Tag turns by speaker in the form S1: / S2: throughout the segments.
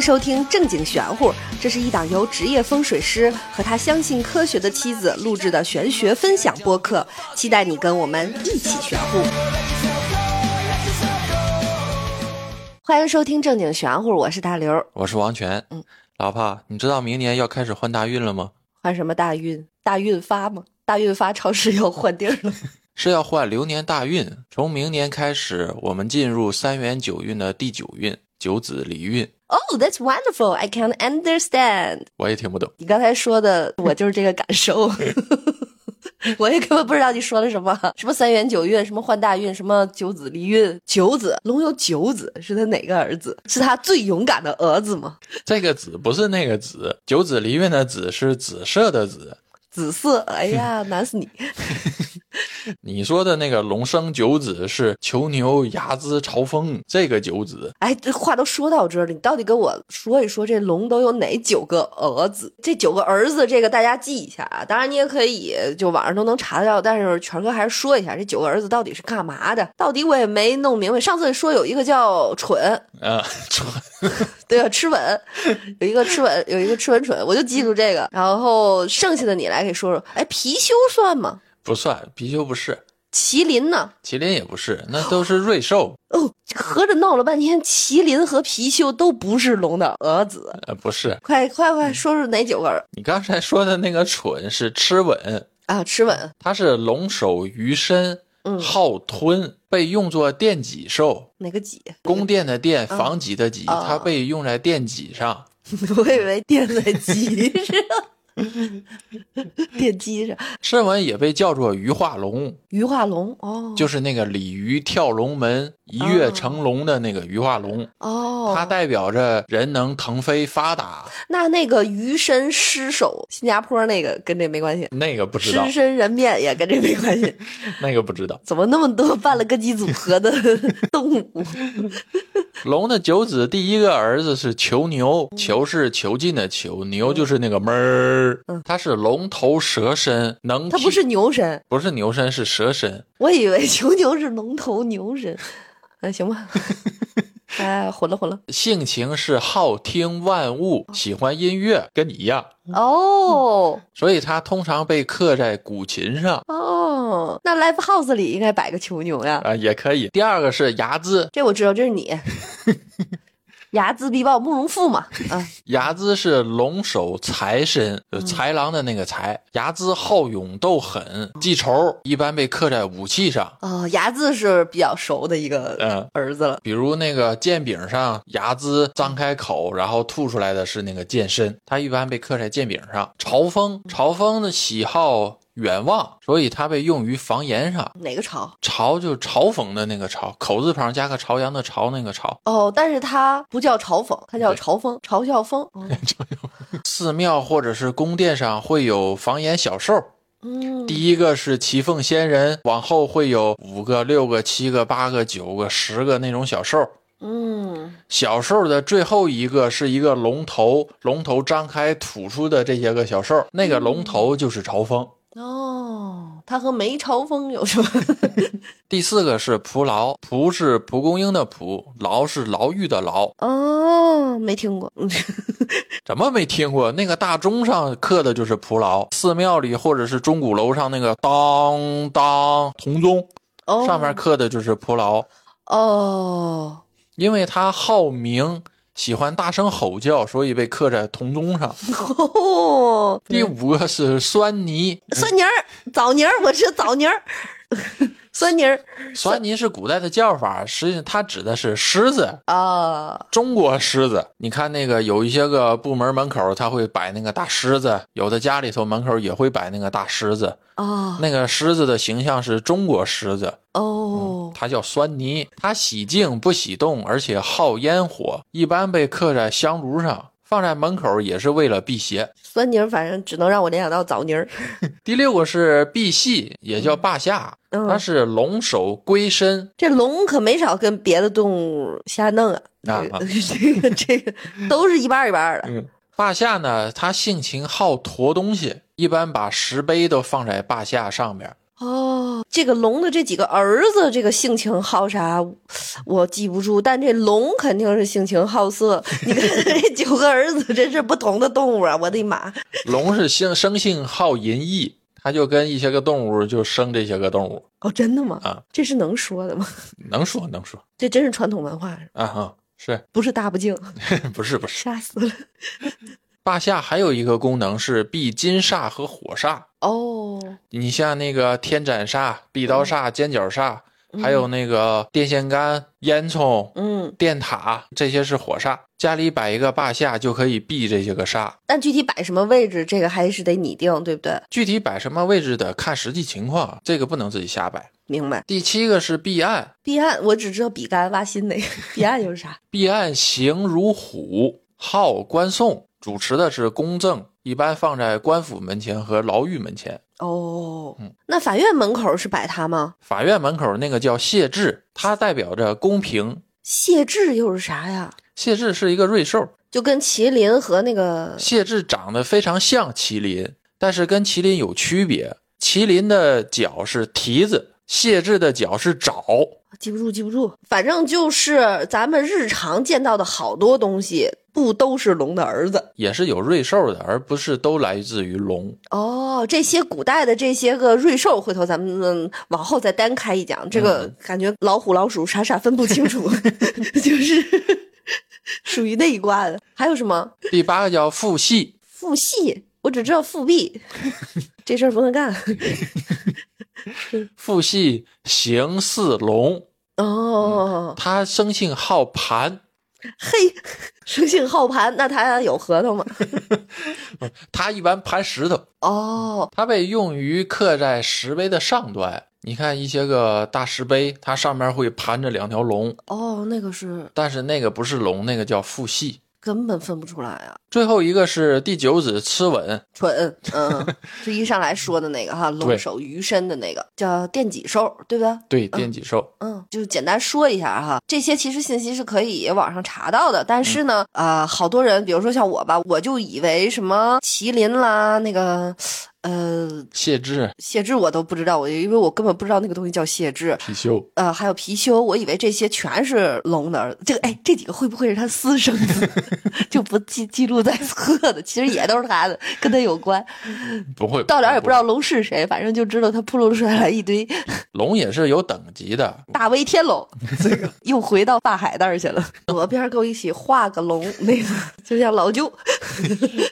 S1: 收听《正经玄乎》，这是一档由职业风水师和他相信科学的妻子录制的玄学分享播客，期待你跟我们一起玄乎。欢迎收听《正经玄乎》，我是大刘。
S2: 我是王权。
S1: 嗯，
S2: 老婆，你知道明年要开始换大运了吗？
S1: 换什么大运？大运发吗？大运发超市要换地儿了。
S2: 是要换流年大运。从明年开始，我们进入三元九运的第九运——九子离运。
S1: Oh, that's wonderful! I can understand.
S2: 我也听不懂。
S1: 你刚才说的，我就是这个感受。 我也根本不知道你说了什么，什么三元九运，什么换大运，什么九子离运。九子，龙有九子，是他哪个儿子？是他最勇敢的儿子吗？
S2: 这个子不是那个子，九子离运的子是紫色的紫。
S1: 紫色，哎呀，难死你！
S2: 你说的那个龙生九子是囚牛睚眦朝风，这个九子
S1: 哎，这话都说到这儿了，你到底跟我说一说这龙都有哪九个儿子？这九个儿子，这个大家记一下啊。当然，你也可以就网上都能查得到，但是全哥还是说一下，这九个儿子到底是干嘛的？到底我也没弄明白。上次说有一个叫蠢，
S2: 啊，
S1: 对啊，吃吻，有一个吃吻，有一个吃吻蠢，我就记住这个。然后剩下的你来给说说，哎，貔貅算吗？
S2: 不算，貔貅不是，
S1: 麒麟呢？
S2: 麒麟也不是，那都是瑞兽，
S1: 哦，合着闹了半天，麒麟和貔貅都不是龙的儿子。
S2: 呃，不是。
S1: 快快快，说说哪九个儿
S2: 你刚才说的那个蠢是吃吻，
S1: 啊？吃吻，
S2: 它是龙首鱼身，
S1: 嗯，
S2: 好吞，被用作电己兽，
S1: 哪个几？
S2: 宫殿的殿，
S1: 啊
S2: 防己的己，
S1: 啊
S2: 它被用来电己上。
S1: 我以为电了鸡是吧电鸡是
S2: 螭吻也被叫做鱼化龙，
S1: 鱼化龙哦，
S2: 就是那个鲤鱼跳龙门一跃成龙的那个鱼化龙，
S1: 哦，
S2: 它代表着人能腾飞发达。
S1: 那那个鱼身失手，新加坡那个跟这没关系，
S2: 那个不知道
S1: 狮，身人面也跟这没关系。
S2: 那个不知道。
S1: 怎么那么多办了个鸡组合 的动物？
S2: 龙的九子第一个儿子是囚牛，
S1: 嗯
S2: 囚是囚禁的囚，牛就是那个哞儿
S1: 嗯，
S2: 它是龙头蛇身，能
S1: 它不
S2: 劈
S1: 是牛身，
S2: 不是牛身是蛇身，
S1: 我以为球牛是龙头牛身。哎，行 吧，哎，混了混了。
S2: 性情是好听万物，喜欢音乐，跟你一样，
S1: 嗯哦
S2: 所以它通常被刻在古琴上
S1: 哦，那 live house 里应该摆个球牛呀。
S2: 啊，也可以。第二个是睚眦，
S1: 这我知道，这是 你。睚眦必报慕容复嘛？啊，
S2: 睚眦是龙首豺身，就是豺狼的那个豺。睚眦好勇斗狠，记仇，一般被刻在武器上，
S1: 哦，睚眦是比较熟的一个
S2: 嗯。
S1: 儿子了。
S2: 比如那个剑柄上，睚眦张开口，然后吐出来的是那个剑身，它一般被刻在剑柄上。朝风，朝风的喜好远望，所以它被用于房檐上。
S1: 哪个朝？
S2: 嘲就是嘲讽的那个嘲，口字旁加个朝阳的朝，那个朝。
S1: 哦，但是他不叫嘲讽，他叫
S2: 对
S1: 嘲风，嘲笑风。 哦
S2: 寺庙或者是宫殿上会有房檐小兽，
S1: 嗯，
S2: 第一个是骑凤仙人，往后会有五个、六个、七个、八个、九个、十个那种小兽。
S1: 嗯，
S2: 小兽的最后一个是一个龙头，龙头张开吐出的这些个小兽，那个龙头就是朝风。
S1: 哦，他和梅超风有什么？
S2: 第四个是蒲牢，蒲是蒲公英的蒲，牢是牢狱的牢。
S1: 哦，没听过。 嗯
S2: 怎么没听过？那个大钟上刻的就是蒲牢，寺庙里或者是钟鼓楼上那个当当铜钟
S1: 哦，
S2: 上面刻的就是蒲牢，
S1: 哦，
S2: 因为他好鸣，喜欢大声吼叫，所以被刻在铜钟上。
S1: 哦，
S2: 第五个是酸泥，
S1: 酸泥儿、枣泥儿，我是枣泥儿， 酸泥儿
S2: 酸泥是古代的叫法，实际上它指的是狮子。
S1: 啊，
S2: 中国狮子，你看那个有一些个部门门口，他会摆那个大狮子，有的家里头门口也会摆那个大狮子。
S1: 啊，
S2: 那个狮子的形象是中国狮子，
S1: 哦，
S2: 它叫酸泥，它喜静不喜动，而且好烟火，一般被刻在香炉上，放在门口也是为了辟邪。
S1: 酸泥儿，反正只能让我联想到枣泥儿。
S2: 第六个是赑屃，也叫霸下，它
S1: 嗯，
S2: 是龙首龟身，
S1: 这龙可没少跟别的动物瞎弄啊，
S2: 啊
S1: 这个这个这个都是一半儿一半儿的。
S2: 嗯，霸下呢，他性情好驮东西，一般把石碑都放在霸下上面。
S1: 哦这个龙的这几个儿子，这个性情好啥，我记不住，但这龙肯定是性情好色。你 看这九个儿子，真是不同的动物啊！我的妈，
S2: 龙是性生性好淫逸，它就跟一些个动物就生这些个动物，
S1: 哦，真的吗？
S2: 啊，
S1: 这是能说的吗？
S2: 能说能说
S1: 这真是传统文化，
S2: 啊哈，是
S1: 不是大不敬，
S2: 不是不是？
S1: 杀死了。
S2: 霸下还有一个功能是避金煞和火煞，
S1: 哦，
S2: 你像那个天斩煞、壁刀煞、尖角煞，
S1: 嗯
S2: 还有那个电线杆、烟囱、
S1: 嗯，
S2: 电塔，这些是火煞。家里摆一个霸下就可以避这些个煞。
S1: 但具体摆什么位置，这个还是得你定，对不对？
S2: 具体摆什么位置的，看实际情况，这个不能自己瞎摆。
S1: 明白。
S2: 第七个是避案，
S1: 彼岸，我只知道比干挖心那个。彼岸又是啥？
S2: 避案形如虎，号关讼，主持的是公正，一般放在官府门前和牢狱门前。
S1: 哦
S2: 嗯，
S1: 那法院门口是摆它吗？
S2: 法院门口那个叫谢志，它代表着公平。
S1: 谢志又是啥呀？
S2: 谢志是一个瑞兽，
S1: 就跟麒麟和那个
S2: 谢志长得非常像麒麟，但是跟麒麟有区别。麒麟的脚是蹄子，谢志的脚是爪。
S1: 记不住，记不住，反正就是咱们日常见到的好多东西，不都是龙的儿子
S2: 也是有瑞兽的，而不是都来自于龙。
S1: 哦？这些古代的这些个瑞兽，回头咱们往后再单开一讲。这个感觉老虎、老鼠傻傻分不清 楚， 就是属于那一挂的。还有什么？
S2: 第八个叫父系，
S1: 父系，我只知道复 辟，这事儿不能干。
S2: 父系形似龙，
S1: 哦，
S2: 他生性好盘，
S1: 嘿， 生性好盘，那他有合同吗？
S2: 他一般盘石头，
S1: 哦，
S2: 它被用于刻在石碑的上端。你看一些个大石碑，它上面会盘着两条龙，
S1: 哦，那个是
S2: 但是那个不是龙，那个叫父系。
S1: 根本分不出来啊，
S2: 最后一个是第九子螭吻，
S1: 蠢，嗯，是一上来说的那个哈，龙
S2: 对
S1: 首鱼身的那个叫电脊兽，对不对？
S2: 对，电脊兽。
S1: 嗯，就简单说一下啊哈，这些其实信息是可以网上查到的，但是呢，啊、好多人，比如说像我吧，我就以为什么麒麟啦，那个，呃，
S2: 谢志、
S1: 谢志我都不知道，我因为我根本不知道那个东西叫谢志。
S2: 貔貅，
S1: 呃，还有貔貅，我以为这些全是龙的儿子。这个，哎，这几个会不会是他私生子？ 就不记记录在册的，其实也都是他的，跟他有关。
S2: 不会，
S1: 到了也不知道
S2: 会
S1: 龙是谁，反正就知道他扑噜出来一堆
S2: 龙也是有等级的。
S1: 大威天龙。这个又回到大海那儿去了。 左边跟我一起画个龙，那个就像老舅。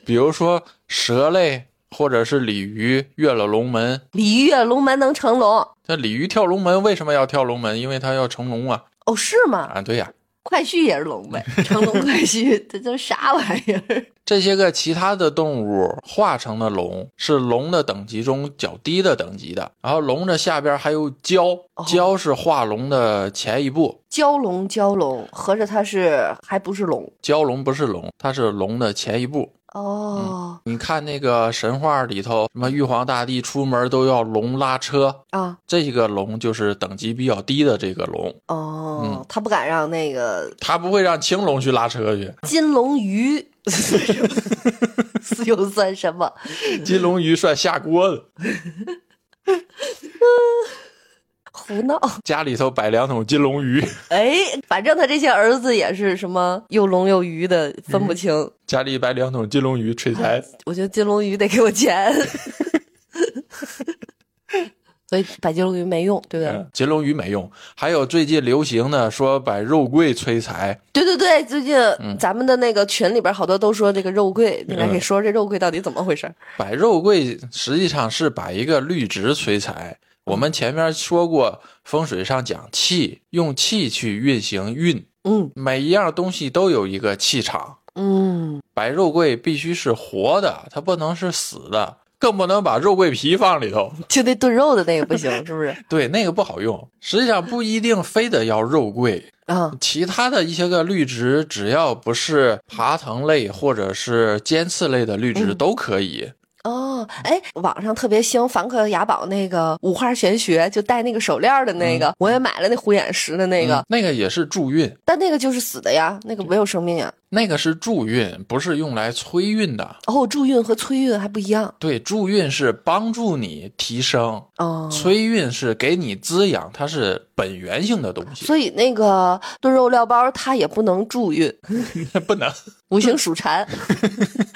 S2: 比如说蛇类或者是鲤鱼跃了龙门，
S1: 鲤鱼跃龙门能成龙。
S2: 那鲤鱼跳龙门为什么要跳龙门？因为它要成龙啊！
S1: 哦，是吗？
S2: 啊，对呀、
S1: 快婿也是龙呗，成龙快婿，这都啥玩意儿？
S2: 这些个其他的动物化成的龙是龙的等级中较低的等级的，然后龙的下边还有蛟，
S1: 哦
S2: 蛟是化龙的前一步。
S1: 蛟龙，蛟龙，合着它是还不是龙
S2: 蛟龙不是龙，它是龙的前一步。
S1: 哦、
S2: 你看那个神话里头，什么玉皇大帝出门都要龙拉车，
S1: 啊
S2: 这个龙就是等级比较低的这个龙，
S1: 哦、
S2: 嗯
S1: 他不敢让那个
S2: 它不会让青龙去拉车去。
S1: 金龙鱼 又算什么？
S2: 金龙鱼算下锅的，
S1: 胡闹！
S2: 家里头摆两桶金龙鱼，
S1: 哎，反正他这些儿子也是什么又龙又鱼的，分不清。
S2: 家里摆两桶金龙鱼催财。
S1: 我觉得金龙鱼得给我钱， 所以摆金龙鱼没用，对不对？
S2: 嗯金龙鱼没用，还有最近流行的说把肉桂催财，
S1: 对对对，最近咱们的那个群里边好多都说这个肉桂，你来给说说这肉桂到底怎么回事儿？
S2: 摆肉桂实际上是把一个绿植催财。我们前面说过，风水上讲气，用气去运行运，
S1: 嗯
S2: 每一样东西都有一个气场。
S1: 嗯，
S2: 白肉桂必须是活的，它不能是死的，更不能把肉桂皮放里头。
S1: 就那炖肉的那个不行，是不是？
S2: 对，那个不好用。实际上不一定非得要肉桂，
S1: 啊、
S2: 其他的一些个绿植，只要不是爬藤类或者是尖刺类的绿植
S1: 嗯
S2: 都可以。
S1: 哦，哎，网上特别兴梵克雅宝那个五花玄学，就戴那个手链的那个，我也买了那虎眼石的那个，
S2: 嗯嗯那个也是助孕，
S1: 但那个就是死的呀，那个没有生命呀。
S2: 那个是助孕，不是用来催孕的。
S1: 哦，助孕和催孕还不一样
S2: 对，助孕是帮助你提升，
S1: 哦。
S2: 催孕是给你滋养，它是本源性的东 西，
S1: 所以那个炖肉料包它也不能助孕，
S2: 不能。
S1: 五行属蝉。
S2: 嗯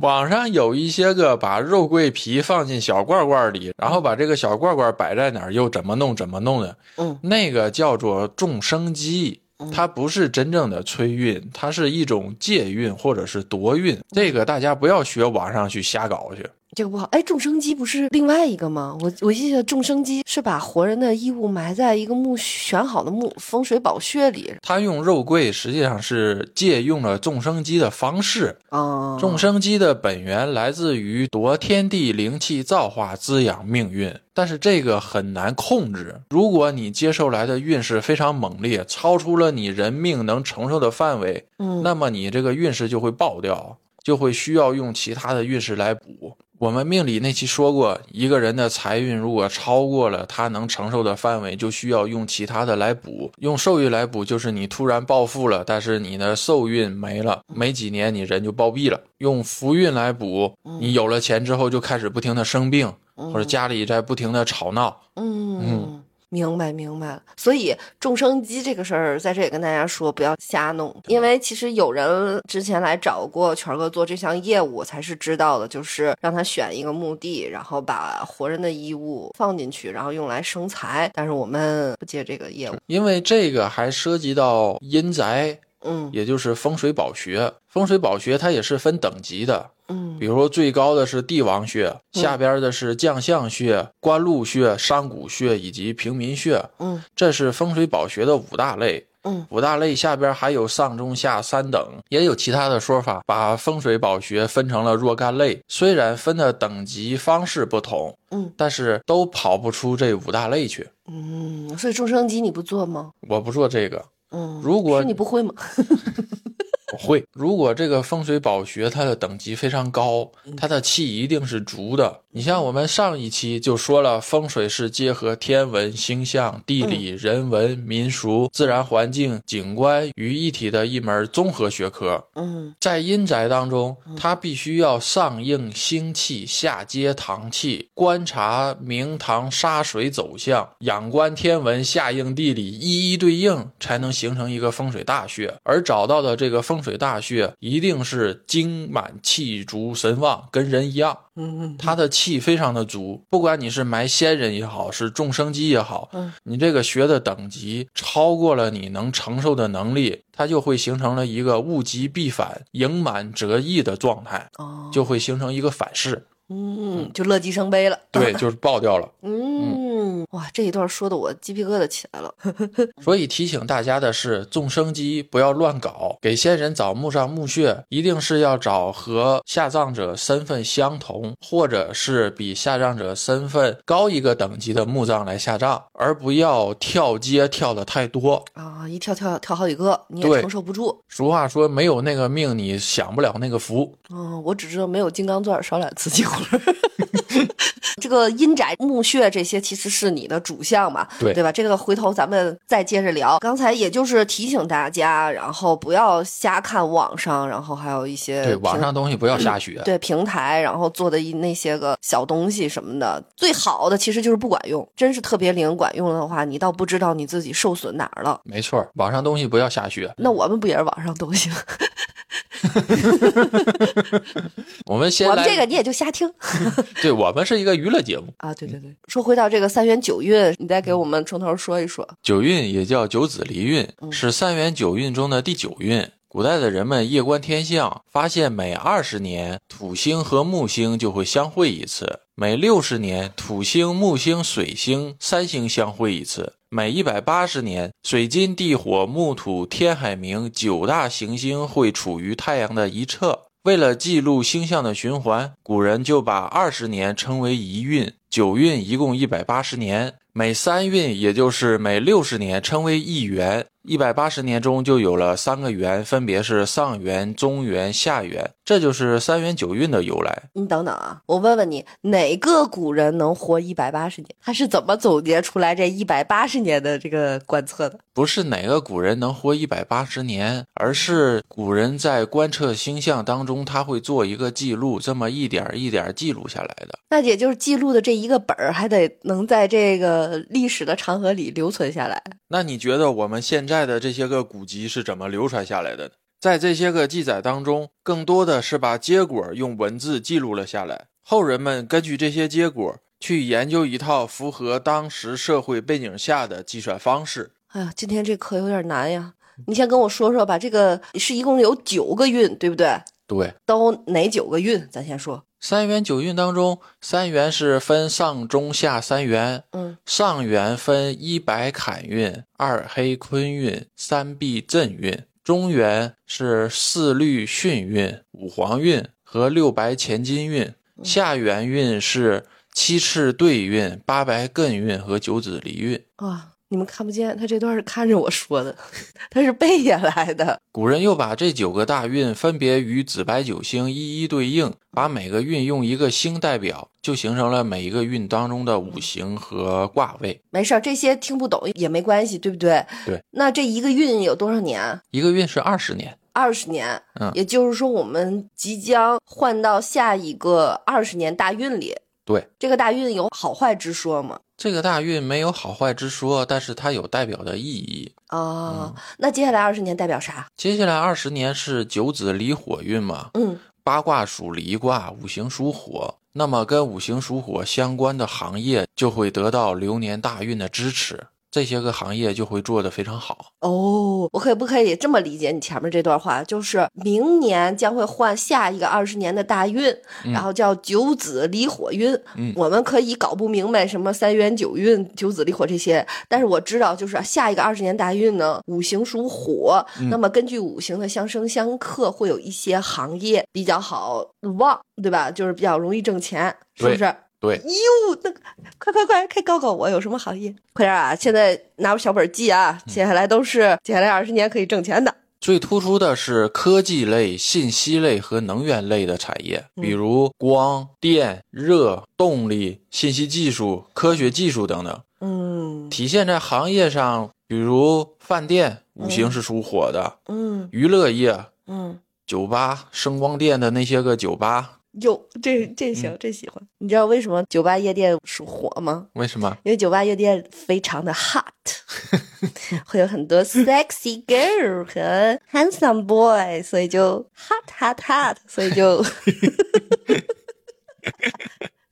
S2: 网上有一些个把肉桂皮放进小罐罐里，然后把这个小罐罐摆在哪儿，又怎么弄怎么弄的，
S1: 嗯，
S2: 那个叫做种生鸡，它不是真正的催孕，它是一种借孕或者是夺孕。这个大家不要学网上去瞎搞去。
S1: 这个不好。哎，众生鸡不是另外一个吗？我我记得众生鸡是把活人的衣物埋在一个墓选好的墓风水宝穴里。
S2: 它用肉桂实际上是借用了众生鸡的方式，
S1: 哦，
S2: 众生鸡的本源来自于夺天地灵气造化，滋养命运。但是这个很难控制。如果你接受来的运势非常猛烈，超出了你人命能承受的范围，
S1: 嗯，
S2: 那么你这个运势就会爆掉，就会需要用其他的运势来补。我们命理那期说过，一个人的财运如果超过了他能承受的范围，就需要用其他的来补。用寿运来补，就是你突然暴富了，但是你的寿运没了，没几年你人就暴毙了。用福运来补，你有了钱之后就开始不停的生病，或者家里在不停的吵闹。
S1: 嗯，明白明白了。所以众生鸡这个事儿，在这也跟大家说，不要瞎弄，因为其实有人之前来找过权哥做这项业务，我才是知道的，就是让他选一个墓地，然后把活人的衣物放进去，然后用来生财。但是我们不接这个业务。
S2: 因为这个还涉及到阴宅，
S1: 嗯
S2: 也就是风水宝学。风水宝学它也是分等级的，
S1: 嗯
S2: 比如说最高的是帝王穴，
S1: 嗯
S2: 下边的是将相穴、官禄穴、商贾穴以及平民穴，
S1: 嗯
S2: 这是风水宝学的五大类。
S1: 嗯，
S2: 五大类下边还有上中下三等，也有其他的说法，把风水宝学分成了若干类。虽然分的等级方式不同，
S1: 嗯，
S2: 但是都跑不出这五大类去。
S1: 嗯，所以众生鸡你不做吗？
S2: 我不做这个，
S1: 嗯，
S2: 如果
S1: 是你不会吗？
S2: 我会。如果这个风水宝学它的等级非常高，它的气一定是足的。你像我们上一期就说了，风水是结合天文、星象、地理、人文、民俗、自然环境、景观于一体的一门综合学科。
S1: 嗯
S2: 在阴宅当中，它必须要上应星气，下接堂气，观察明堂沙水走向，仰观天文，下应地理，一一对应，才能形成一个风水大穴。而找到的这个风水大穴，一定是精满气足神旺，跟人一样，
S1: 嗯
S2: 他的气非常的足。不管你是埋仙人也好，是众生鸡也好，
S1: 嗯
S2: 你这个学的等级超过了你能承受的能力，它就会形成了一个物极必反、盈满折溢的状态，
S1: 哦，
S2: 就会形成一个反噬，
S1: 嗯就乐极生悲了。
S2: 对，就是爆掉了。
S1: 嗯，哇，这一段说的我鸡皮疙瘩起来了。
S2: 所以提醒大家的是，众生鸡不要乱搞，给先人找墓上墓穴，一定是要找和下葬者身份相同，或者是比下葬者身份高一个等级的墓葬来下葬，而不要跳阶跳的太多。
S1: 啊，一跳跳跳好几个，你也
S2: 对
S1: 承受不住。
S2: 俗话说，没有那个命，你享不了那个福。
S1: 嗯，我只知道没有金刚钻，少两次金花。 这个阴宅、墓穴这些其实是你的主项嘛，
S2: 对
S1: 吧？这个回头咱们再接着聊。刚才也就是提醒大家，然后不要瞎看网上，然后还有一些
S2: 对，
S1: 平
S2: 网上东西不要瞎学。
S1: 呃嗯对平台，然后做的一那些个小东西什么的，最好的其实就是不管用。真是特别灵管用的话，你倒不知道你自己受损哪儿了。
S2: 没错儿，网上东西不要瞎学。
S1: 那我们不也是网上东西吗？
S2: 我们先
S1: 我们
S2: 来，
S1: 这个你也就瞎听
S2: 对我们是一个娱乐节目。
S1: 啊！对对对，说回到这个三元九运，你再给我们从头说一说。
S2: 九运也叫九子离运，是三元九运中的第九运。古代的人们夜观天象，发现每二十年土星和木星就会相会一次，每六十年土星、木星、水星三星相会一次，每一百八十年水金、地火、木土、天海冥九大行星会处于太阳的一侧。为了记录星象的循环，古人就把二十年称为一运，九运一共一百八十年，每三运也就是每六十年称为一元，一百八十年中就有了三个元，分别是上元、中元、下元，这就是三元九运的由来。
S1: 你等等啊，我问问你，哪个古人能活一百八十年？他是怎么总结出来这一百八十年的这个观测的？
S2: 不是哪个古人能活一百八十年，而是古人在观测星象当中，他会做一个记录，这么一点儿一点儿记录下来的。
S1: 那也就是记录的这一个本儿，还得能在这个历史的长河里留存下来。
S2: 那你觉得我们现在的这些个古籍是怎么流传下来的呢？在这些个记载当中，更多的是把结果用文字记录了下来，后人们根据这些结果去研究一套符合当时社会背景下的计算方式。
S1: 哎呀，今天这课有点难呀！你先跟我说说吧，这个是一共有九个运，对不对？
S2: 对，
S1: 都哪九个运？咱先说。
S2: 三元九运当中，三元是分上、中、下三元，
S1: 嗯，
S2: 上元分一白坎运、二黑坤运、三碧震运，中元是四绿巽运、五黄运和六白乾金运，下元运是七赤兑运、八白艮运和九紫离运。
S1: 啊，你们看不见，他这段是看着我说的， 他是背下来的。
S2: 古人又把这九个大运分别与紫白九星一一对应，把每个运用一个星代表，就形成了每一个运当中的五行和卦位。
S1: 没事儿，这些听不懂也没关系，对不对？
S2: 对。
S1: 那这一个运有多少年？啊
S2: 一个运是二十年，
S1: 二十年。
S2: 嗯
S1: 也就是说，我们即将换到下一个二十年大运里。
S2: 对，
S1: 这个大运有好坏之说吗？
S2: 这个大运没有好坏之说，但是它有代表的意义。
S1: 啊、
S2: 嗯
S1: 那接下来二十年代表啥？
S2: 接下来二十年是九子离火运嘛，
S1: 嗯，
S2: 八卦属离卦，五行属火，那么跟五行属火相关的行业就会得到流年大运的支持，这些个行业就会做得非常好。
S1: 哦，我可以不可以这么理解你前面这段话？就是明年将会换下一个二十年的大运，
S2: 嗯
S1: 然后叫九子离火运。
S2: 嗯
S1: 我们可以搞不明白什么三元九运、九子离火这些，但是我知道，就是下一个二十年大运呢，五行属火，
S2: 嗯
S1: 那么根据五行的相生相克，会有一些行业比较好旺，对吧？就是比较容易挣钱，是不
S2: 对
S1: 是？
S2: 对，
S1: 哟，哎那个快快快，快告告我有什么行业？快点啊！现在拿小本记啊，接下来都是接下来二十年可以挣钱的。
S2: 最突出的是科技类、信息类和能源类的产业，
S1: 嗯
S2: 比如光电、热、动力、信息技术、科学技术等等。
S1: 嗯
S2: 体现在行业上，比如饭店，五行是属火的；
S1: 嗯
S2: 娱乐业，
S1: 嗯，
S2: 酒吧、声光电的那些个酒吧，
S1: 有这这行、这喜欢。你知道为什么酒吧夜店属火吗？
S2: 为什么？
S1: 因为酒吧夜店非常的 hot，会有很多 sexy girl 和 handsome boy，所以就 hot hot hot，所以就，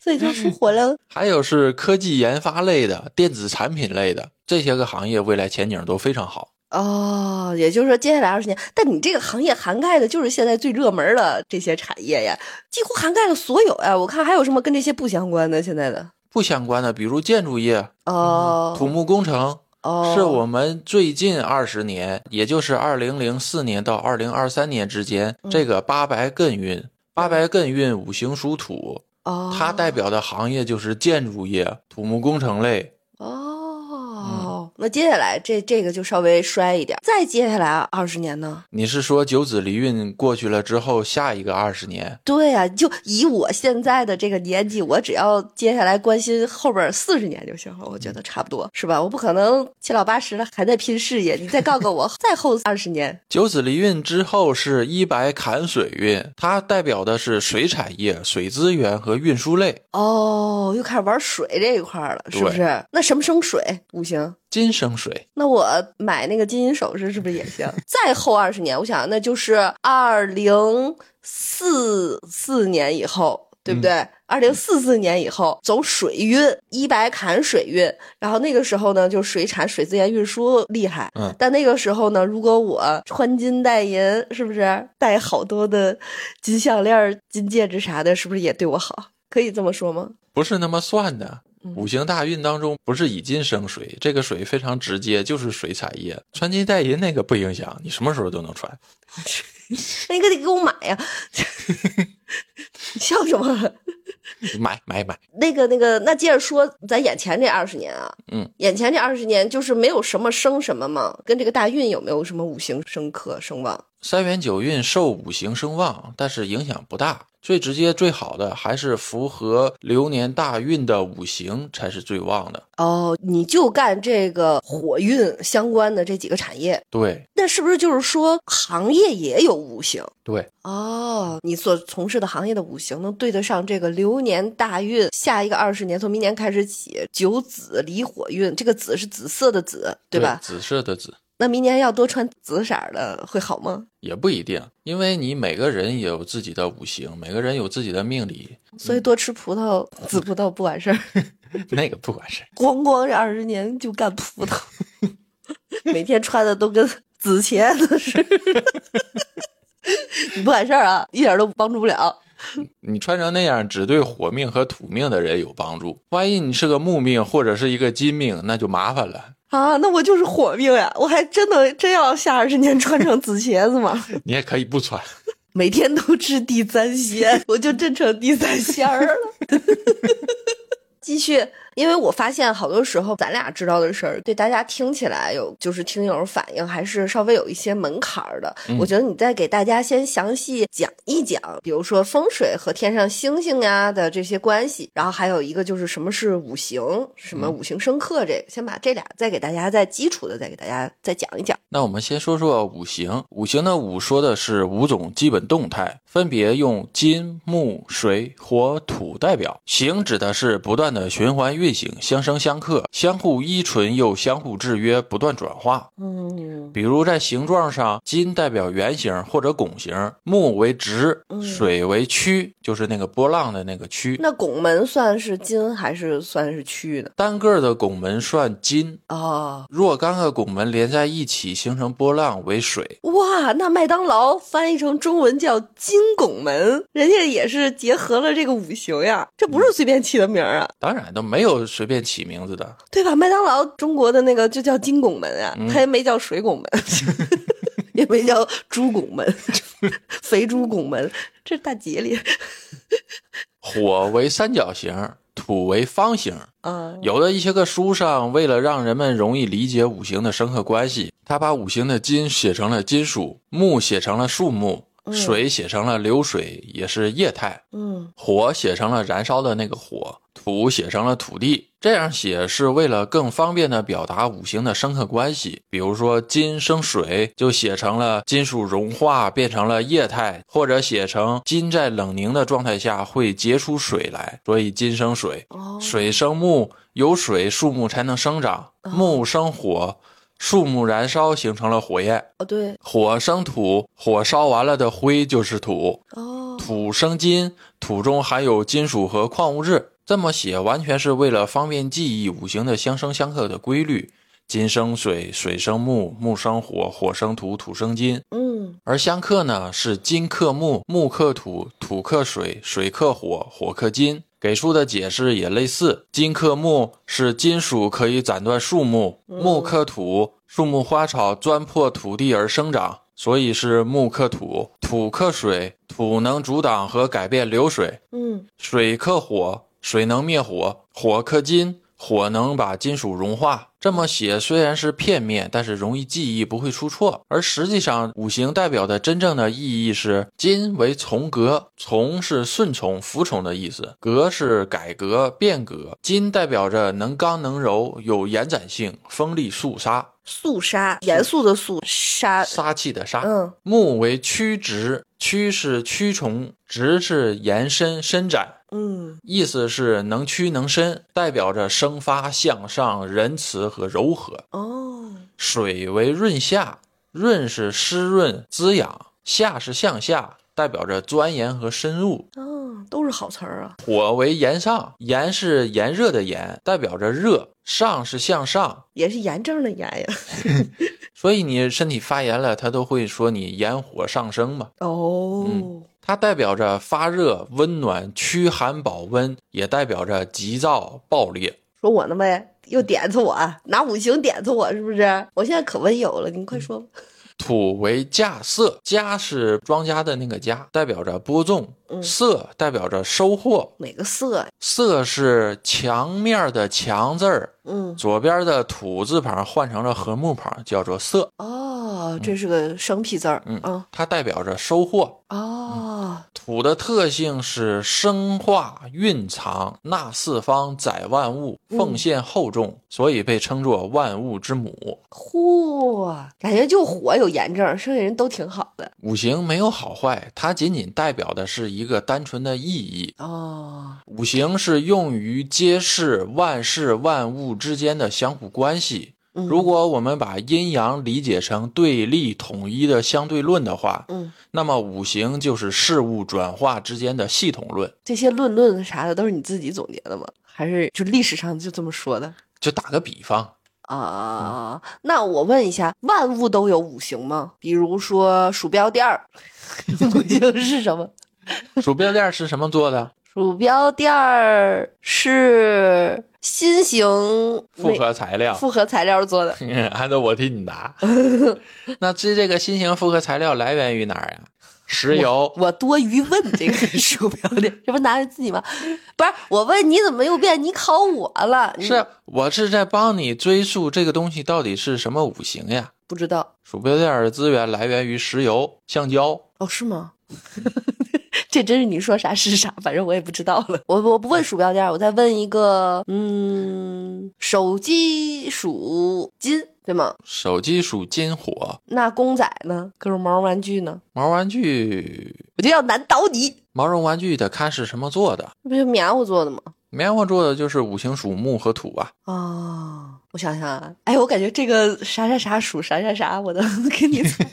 S1: 所以就属火了。
S2: 还有是科技研发类的、电子产品类的这些个行业，未来前景都非常好。
S1: 哦，也就是说，接下来二十年，但你这个行业涵盖的就是现在最热门的这些产业呀，几乎涵盖了所有呀。我看还有什么跟这些不相关的？现在的
S2: 不相关的，比如建筑业、
S1: 哦，
S2: 土木工程，
S1: 哦，
S2: 嗯是我们最近二十年，也就是二零零四年到二零二三年之间，
S1: 嗯
S2: 这个八白艮运，八白艮运五行属土，
S1: 哦，
S2: 它代表的行业就是建筑业、土木工程类。嗯
S1: 哦，那接下来这这个就稍微衰一点，再接下来二十年呢？
S2: 你是说九子离运过去了之后，下一个二十年？
S1: 对呀、就以我现在的这个年纪，我只要接下来关心后边四十年就行了，我觉
S2: 嗯
S1: 得差不多是吧？我不可能七老八十了还在拼事业，你再告告我， 再后二十年。
S2: 九子离运之后是一白坎水运，它代表的是水产业、水资源和运输类。
S1: 哦，又开始玩水这一块儿了，是不
S2: 对
S1: 是？那什么生水五行？
S2: 金生水，
S1: 那我买那个金银首饰是不是也行？ 再后二十年，我想那就是二零四四年以后，对
S2: 嗯
S1: 不对？二零四四年以后走水运，一白坎水运，然后那个时候呢，就水产、水资源运输厉害。
S2: 嗯
S1: 但那个时候呢，如果我穿金戴银，是不是戴好多的金项链儿、金戒指啥的，是不是也对我好？可以这么说吗？
S2: 不是那么算的。
S1: 嗯
S2: 五行大运当中不是以金生水，这个水非常直接，就是水产业。穿金戴银那个不影响，你什么时候都能穿。
S1: 那你可得给我买呀！你笑什么？
S2: 买买买，
S1: 那个那个，那接着说，咱眼前这二十年啊，
S2: 嗯，
S1: 眼前这二十年就是没有什么生什么嘛，跟这个大运有没有什么五行生克生旺？
S2: 三元九运受五行声旺，但是影响不大。最直接、最好的还是符合流年大运的五行才是最旺的。
S1: 哦，你就干这个火运相关的这几个产业，
S2: 对
S1: 那是不是就是说行业也有五行？
S2: 对，
S1: 哦，你所从事的行业的五行能对得上这个流年大运，下一个二十年，从明年开始起，九紫离火运，这个紫是紫色的紫，对吧？
S2: 紫色的紫
S1: 那明年要多穿紫色儿的会好吗？
S2: 也不一定，因为你每个人也有自己的五行，每个人有自己的命理，
S1: 所以多吃葡萄，紫葡萄不管事儿，
S2: 那个不管事。
S1: 咣咣这二十年就干葡萄， 每天穿的都跟紫茄子似的， 你不管事儿啊，一点儿都帮助不了。
S2: 你穿成那样，只对火命和土命的人有帮助。万一你是个木命或者是一个金命，那就麻烦了。
S1: 啊，那我就是火命呀！我还真的真要下二十年穿成紫茄子吗？
S2: 你也可以不穿。
S1: 每天都吃地三 鲜，我就真成地三鲜儿了。 继续，因为我发现好多时候咱俩知道的事儿，对大家听起来有就是听友反应还是稍微有一些门槛儿的。
S2: 嗯
S1: 我觉得你再给大家先详细讲一讲，比如说风水和天上星星呀的这些关系，然后还有一个就是什么是五行，什么五行生克这个，先把这俩再给大家再基础的再给大家再讲一讲。
S2: 那我们先说说五行。五行的五说的是五种基本动态，分别用金、木、水、火、土代表。行指的是不断的循环运行，相生相克，相互依存又相互制约，不断转化。
S1: 嗯
S2: 比如在形状上，金代表圆形或者拱形，木为直
S1: 嗯，
S2: 水为曲，就是那个波浪的那个曲。
S1: 那拱门算是金还是算是曲呢？
S2: 单个的拱门算金，
S1: 哦，
S2: 若干个拱门连在一起形成波浪为水。
S1: 哇，那麦当劳翻译成中文叫金拱门，人家也是结合了这个五行呀，这不
S2: 嗯
S1: 是随便起的名儿啊，
S2: 当然都没有随便起名字的，
S1: 对吧？麦当劳中国的那个就叫金拱门啊，
S2: 嗯
S1: 它也没叫水 拱门，也没叫猪拱门， 肥猪拱门，这是大吉利
S2: 火为三角形，土为方形。
S1: 啊。
S2: 有的一些个书上，为了让人们容易理解五行的生克关系，他把五行的金写成了金属，木写成了树木，
S1: 嗯
S2: 水写成了流水，也是液态，
S1: 嗯，
S2: 火写成了燃烧的那个火，土写成了土地。这样写是为了更方便的表达五行的生克关系。比如说金生水，就写成了金属融化变成了液态，或者写成金在冷凝的状态下会结出水来，所以金生水。
S1: 哦，
S2: 水生木，有水树木才能生长，
S1: 哦
S2: 木生火，树木燃烧形成了火焰。
S1: 哦对，
S2: 火生土，火烧完了的灰就是土。
S1: 哦，
S2: 土生金，土中含有金属和矿物质。这么写完全是为了方便记忆五行的相生相克的规律：金生水，水生木，木生火，火生土，土生金。
S1: 嗯，
S2: 而相克呢，是金克木，木克土，土克水，水克火，火克金。给出的解释也类似，金克木是金属可以斩断树木，木克土，树木花草钻破土地而生长，所以是木克土；土克水，土能阻挡和改变流水；
S1: 嗯，
S2: 水克火，水能灭火；火克金，火能把金属融化。这么写虽然是片面，但是容易记忆，不会出错。而实际上，五行代表的真正的意义是：金为从革，从是顺从、服从的意思；革是改革、变革。金代表着能刚能柔，有延展性，锋利肃杀，
S1: 肃杀，严肃的肃杀，
S2: 杀气的杀。
S1: 嗯，
S2: 木为曲直，曲是曲重，直是延伸、伸展。
S1: 嗯。
S2: 意思是能屈能伸，代表着生发向上、仁慈和柔和。
S1: 哦，
S2: 水为润下，润是湿润滋养，下是向下，代表着钻研和深入。
S1: 哦，都是好词儿啊。
S2: 火为炎上，炎是炎热的炎，代表着热；上是向上，
S1: 也是炎症的炎呀。
S2: 所以你身体发炎了，它都会说你炎火上升嘛。
S1: 哦，
S2: 嗯它代表着发热、温暖、驱寒保温，也代表着急躁、暴烈。
S1: 说我呢
S2: 嗯
S1: 呗，又点子我，拿五行点子我是不是？我现在可温柔了，您快说吧。
S2: 土为稼穑，稼是庄稼的那个稼，代表着播种；
S1: 嗯
S2: 穑代表着收获。
S1: 哪个色呀？
S2: 穑是墙面的墙字儿，
S1: 嗯，
S2: 左边的土字旁换成了禾木旁，叫做穑。
S1: 哦，这是个生僻字儿。
S2: 嗯
S1: 啊，
S2: 它代表着收获。
S1: 哦，
S2: 土的特性是生化蕴藏，纳四方，载万物，奉献厚重，所以被称作万物之母。
S1: 嚯，感觉就火有炎症，剩下人都挺好的。
S2: 五行没有好坏，它仅仅代表的是一个单纯的意义。
S1: 哦，
S2: 五行是用于揭示万事万物之间的相互关系。
S1: 嗯
S2: 如果我们把阴阳理解成对立统一的相对论的话，
S1: 嗯，
S2: 那么五行就是事物转化之间的系统论。
S1: 这些论论啥的都是你自己总结的吗？还是就历史上就这么说的？
S2: 就打个比 方，
S1: 啊，那我问一下，万物都有五行吗？比如说鼠标垫 儿，五行是什么？
S2: 鼠标垫是什么做的？
S1: 鼠标垫儿是新型
S2: 复
S1: 为
S2: 合材料。
S1: 复合材料做的。
S2: 按照我替你 答。那这这个新型复合材料来源于哪儿呀、石油。
S1: 我多余问 这个鼠标垫，这不难为自己吗？不是，我问你怎么又变你考我了？你
S2: 是，啊我是在帮你追溯这个东西到底是什么五行呀？
S1: 不知道
S2: 鼠标垫儿的资源来源于石油、橡胶。
S1: 哦？是吗？ 这真是你说啥是啥，反正我也不知道了。我我不问鼠标垫儿，我再问一个，嗯，手机属金对吗？
S2: 手机属金火，
S1: 那公仔呢？各种毛绒玩具呢？
S2: 毛玩具、
S1: 我就要难倒你，
S2: 毛绒玩具得看是什么做的。
S1: 这不就棉花做的吗？
S2: 棉花做的就是五行属木和土啊。
S1: 啊、我想想啊，哎，我感觉这个啥啥啥属啥啥啥，我都给 你猜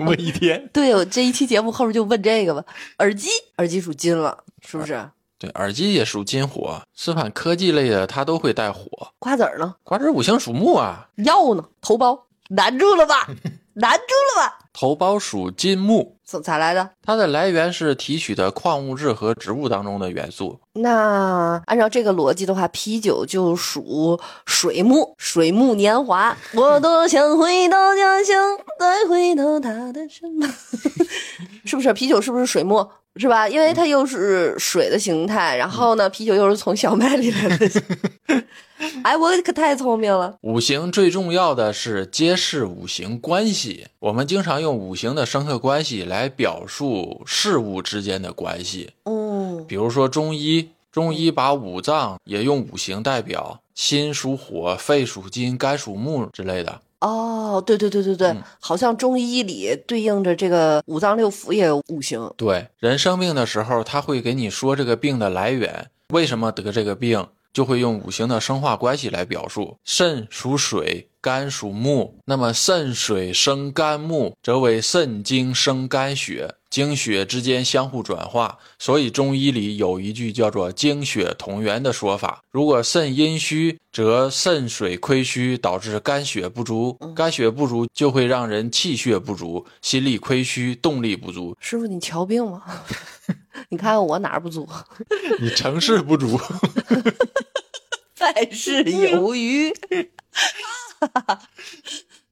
S2: 我一天。
S1: 对，我这一期节目后面就问这个吧。耳机，耳机属金了，是不是？
S2: 对，耳机也属金火，是反科技类的它都会带火。
S1: 瓜子儿呢？
S2: 瓜子五行属木啊，
S1: 药呢？头孢，难住了吧？难住了吧？
S2: 头孢属金木，
S1: 怎咋来的？
S2: 它的来源是提取的矿物质和植物当中的元素。
S1: 那按照这个逻辑的话，啤酒就属水木，水木年华。我多想回到家乡，再回到他的身旁， 是不是？啤酒是不是水木？是吧？因为它又是水的形态，然后呢，啤酒又是从小麦里来的。 哎，我可太聪明了。
S2: 五行最重要的是揭示五行关系。我们经常用五行的生克关系来表述事物之间的关系，
S1: 嗯，
S2: 比如说中医，中医把五脏也用五行代表，心属火，肺属金，肝属木之类的。
S1: 哦，对对对对对，
S2: 嗯
S1: 好像中医里对应着这个五脏六腑也有五行。
S2: 对，人生病的时候，他会给你说这个病的来源，为什么得这个病，就会用五行的生化关系来表述。肾属水，肝属木，那么肾水生肝木，则为肾精生肝血，精血之间相互转化。所以中医里有一句叫做“精血同源”的说法。如果肾阴虚，则肾水亏虚，导致肝血不足，肝血不足就会让人气血不足，心力亏虚，动力不足，
S1: 师傅，你瞧病吗？ 你看看我哪儿不 足？
S2: 你成事不足，
S1: 再是有余。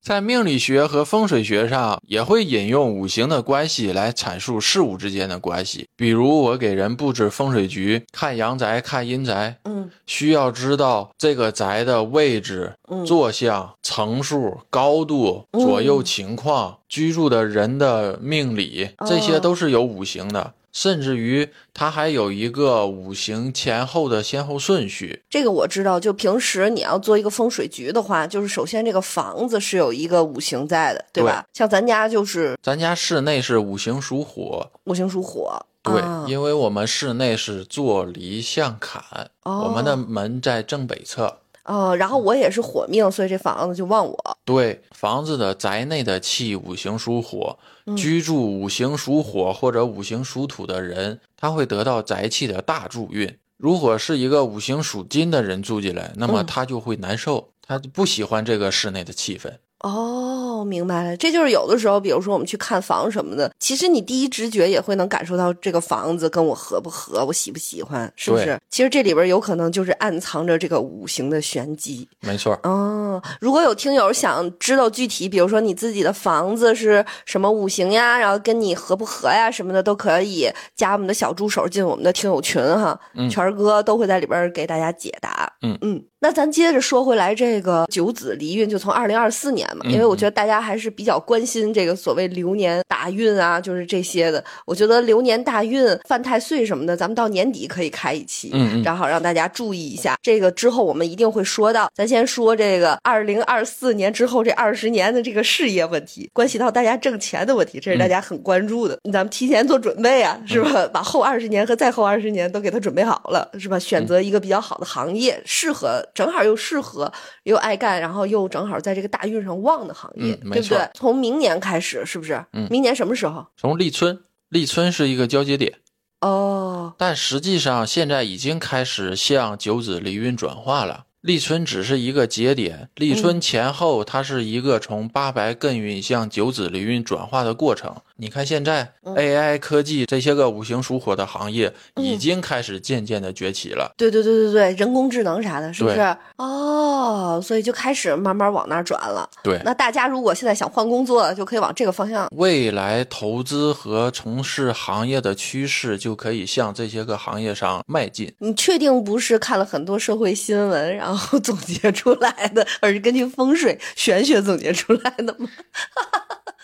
S2: 在命理学和风水学上也会引用五行的关系来阐述事物之间的关系。比如，我给人布置风水局，看阳宅、看阴宅，
S1: 嗯
S2: 需要知道这个宅的位置、
S1: 嗯
S2: 坐向、层数、高度、左右情况、居住的人的命理，这些都是有五行的。甚至于，它还有一个五行前后的先后顺序。
S1: 这个我知道，就平时你要做一个风水局的话，就是首先这个房子是有一个五行在的，对吧？像咱家就是
S2: 咱家室内是五行属火，
S1: 五行属火，
S2: 对，
S1: 啊、
S2: 因为我们室内是坐离向坎，
S1: 哦
S2: 我们的门在正北侧。
S1: 哦、然后我也是火命，所以这房子就旺我。
S2: 对，房子的宅内的气五行属火，
S1: 嗯
S2: 居住五行属火或者五行属土的人，他会得到宅气的大助运。如果是一个五行属金的人住进来，那么
S1: 嗯
S2: 他就会难受，他就不喜欢这个室内的气氛。
S1: 哦，哦，明白了，这就是有的时候，比如说我们去看房什么的，其实你第一直觉也会能感受到这个房子跟我合不合，我喜不喜欢，是不是
S2: 对？
S1: 其实这里边有可能就是暗藏着这个五行的玄机。
S2: 没错，
S1: 哦，如果有听友想知道具体，比如说你自己的房子是什么五行呀，然后跟你合不合呀什么的，都可以加我们的小助手进我们的听友群哈，
S2: 嗯
S1: 全儿哥都会在里边给大家解答。
S2: 嗯
S1: 嗯，那咱接着说回来，这个九子离运就从二零二四年嘛，
S2: 嗯
S1: 因为我觉得大家还是比较关心这个所谓流年大运啊，就是这些的。我觉得流年大运、犯太岁什么的，咱们到年底可以开一期。
S2: 嗯嗯，
S1: 然后让大家注意一下。这个之后我们一定会说到，咱先说这个二零二四年之后这二十年的这个事业问题，关系到大家挣钱的问题，这
S2: 嗯
S1: 是大家很关注的。咱们提前做准备啊，是吧？把后二十年和再后二十年都给他准备好了，是吧？
S2: 嗯
S1: 选择一个比较好的行业，适合正好又适合又爱干，然后又正好在这个大运上旺的行业，
S2: 嗯没
S1: 对不对
S2: 错？
S1: 从明年开始是不是？
S2: 嗯
S1: 明年什么时候？
S2: 从立春，立春是一个交接点，
S1: 哦，
S2: 但实际上现在已经开始向九子离运转化了。立春只是一个节点，立
S1: 嗯
S2: 春前后它是一个从八白艮运向九子离运转化的过程。你看现在
S1: 嗯
S2: AI 科技这些个五行属火的行业
S1: 嗯
S2: 已经开始渐渐的崛起了。
S1: 对对对对对，人工智能啥的，是不
S2: 对
S1: 是？哦，所以就开始慢慢往那儿转了。
S2: 对，
S1: 那大家如果现在想换工作，就可以往这个方向。
S2: 未来投资和从事行业的趋势就可以向这些个行业上迈进。
S1: 你确定不是看了很多社会新闻，然后总结出来的，而是根据风水玄学总结出来的吗？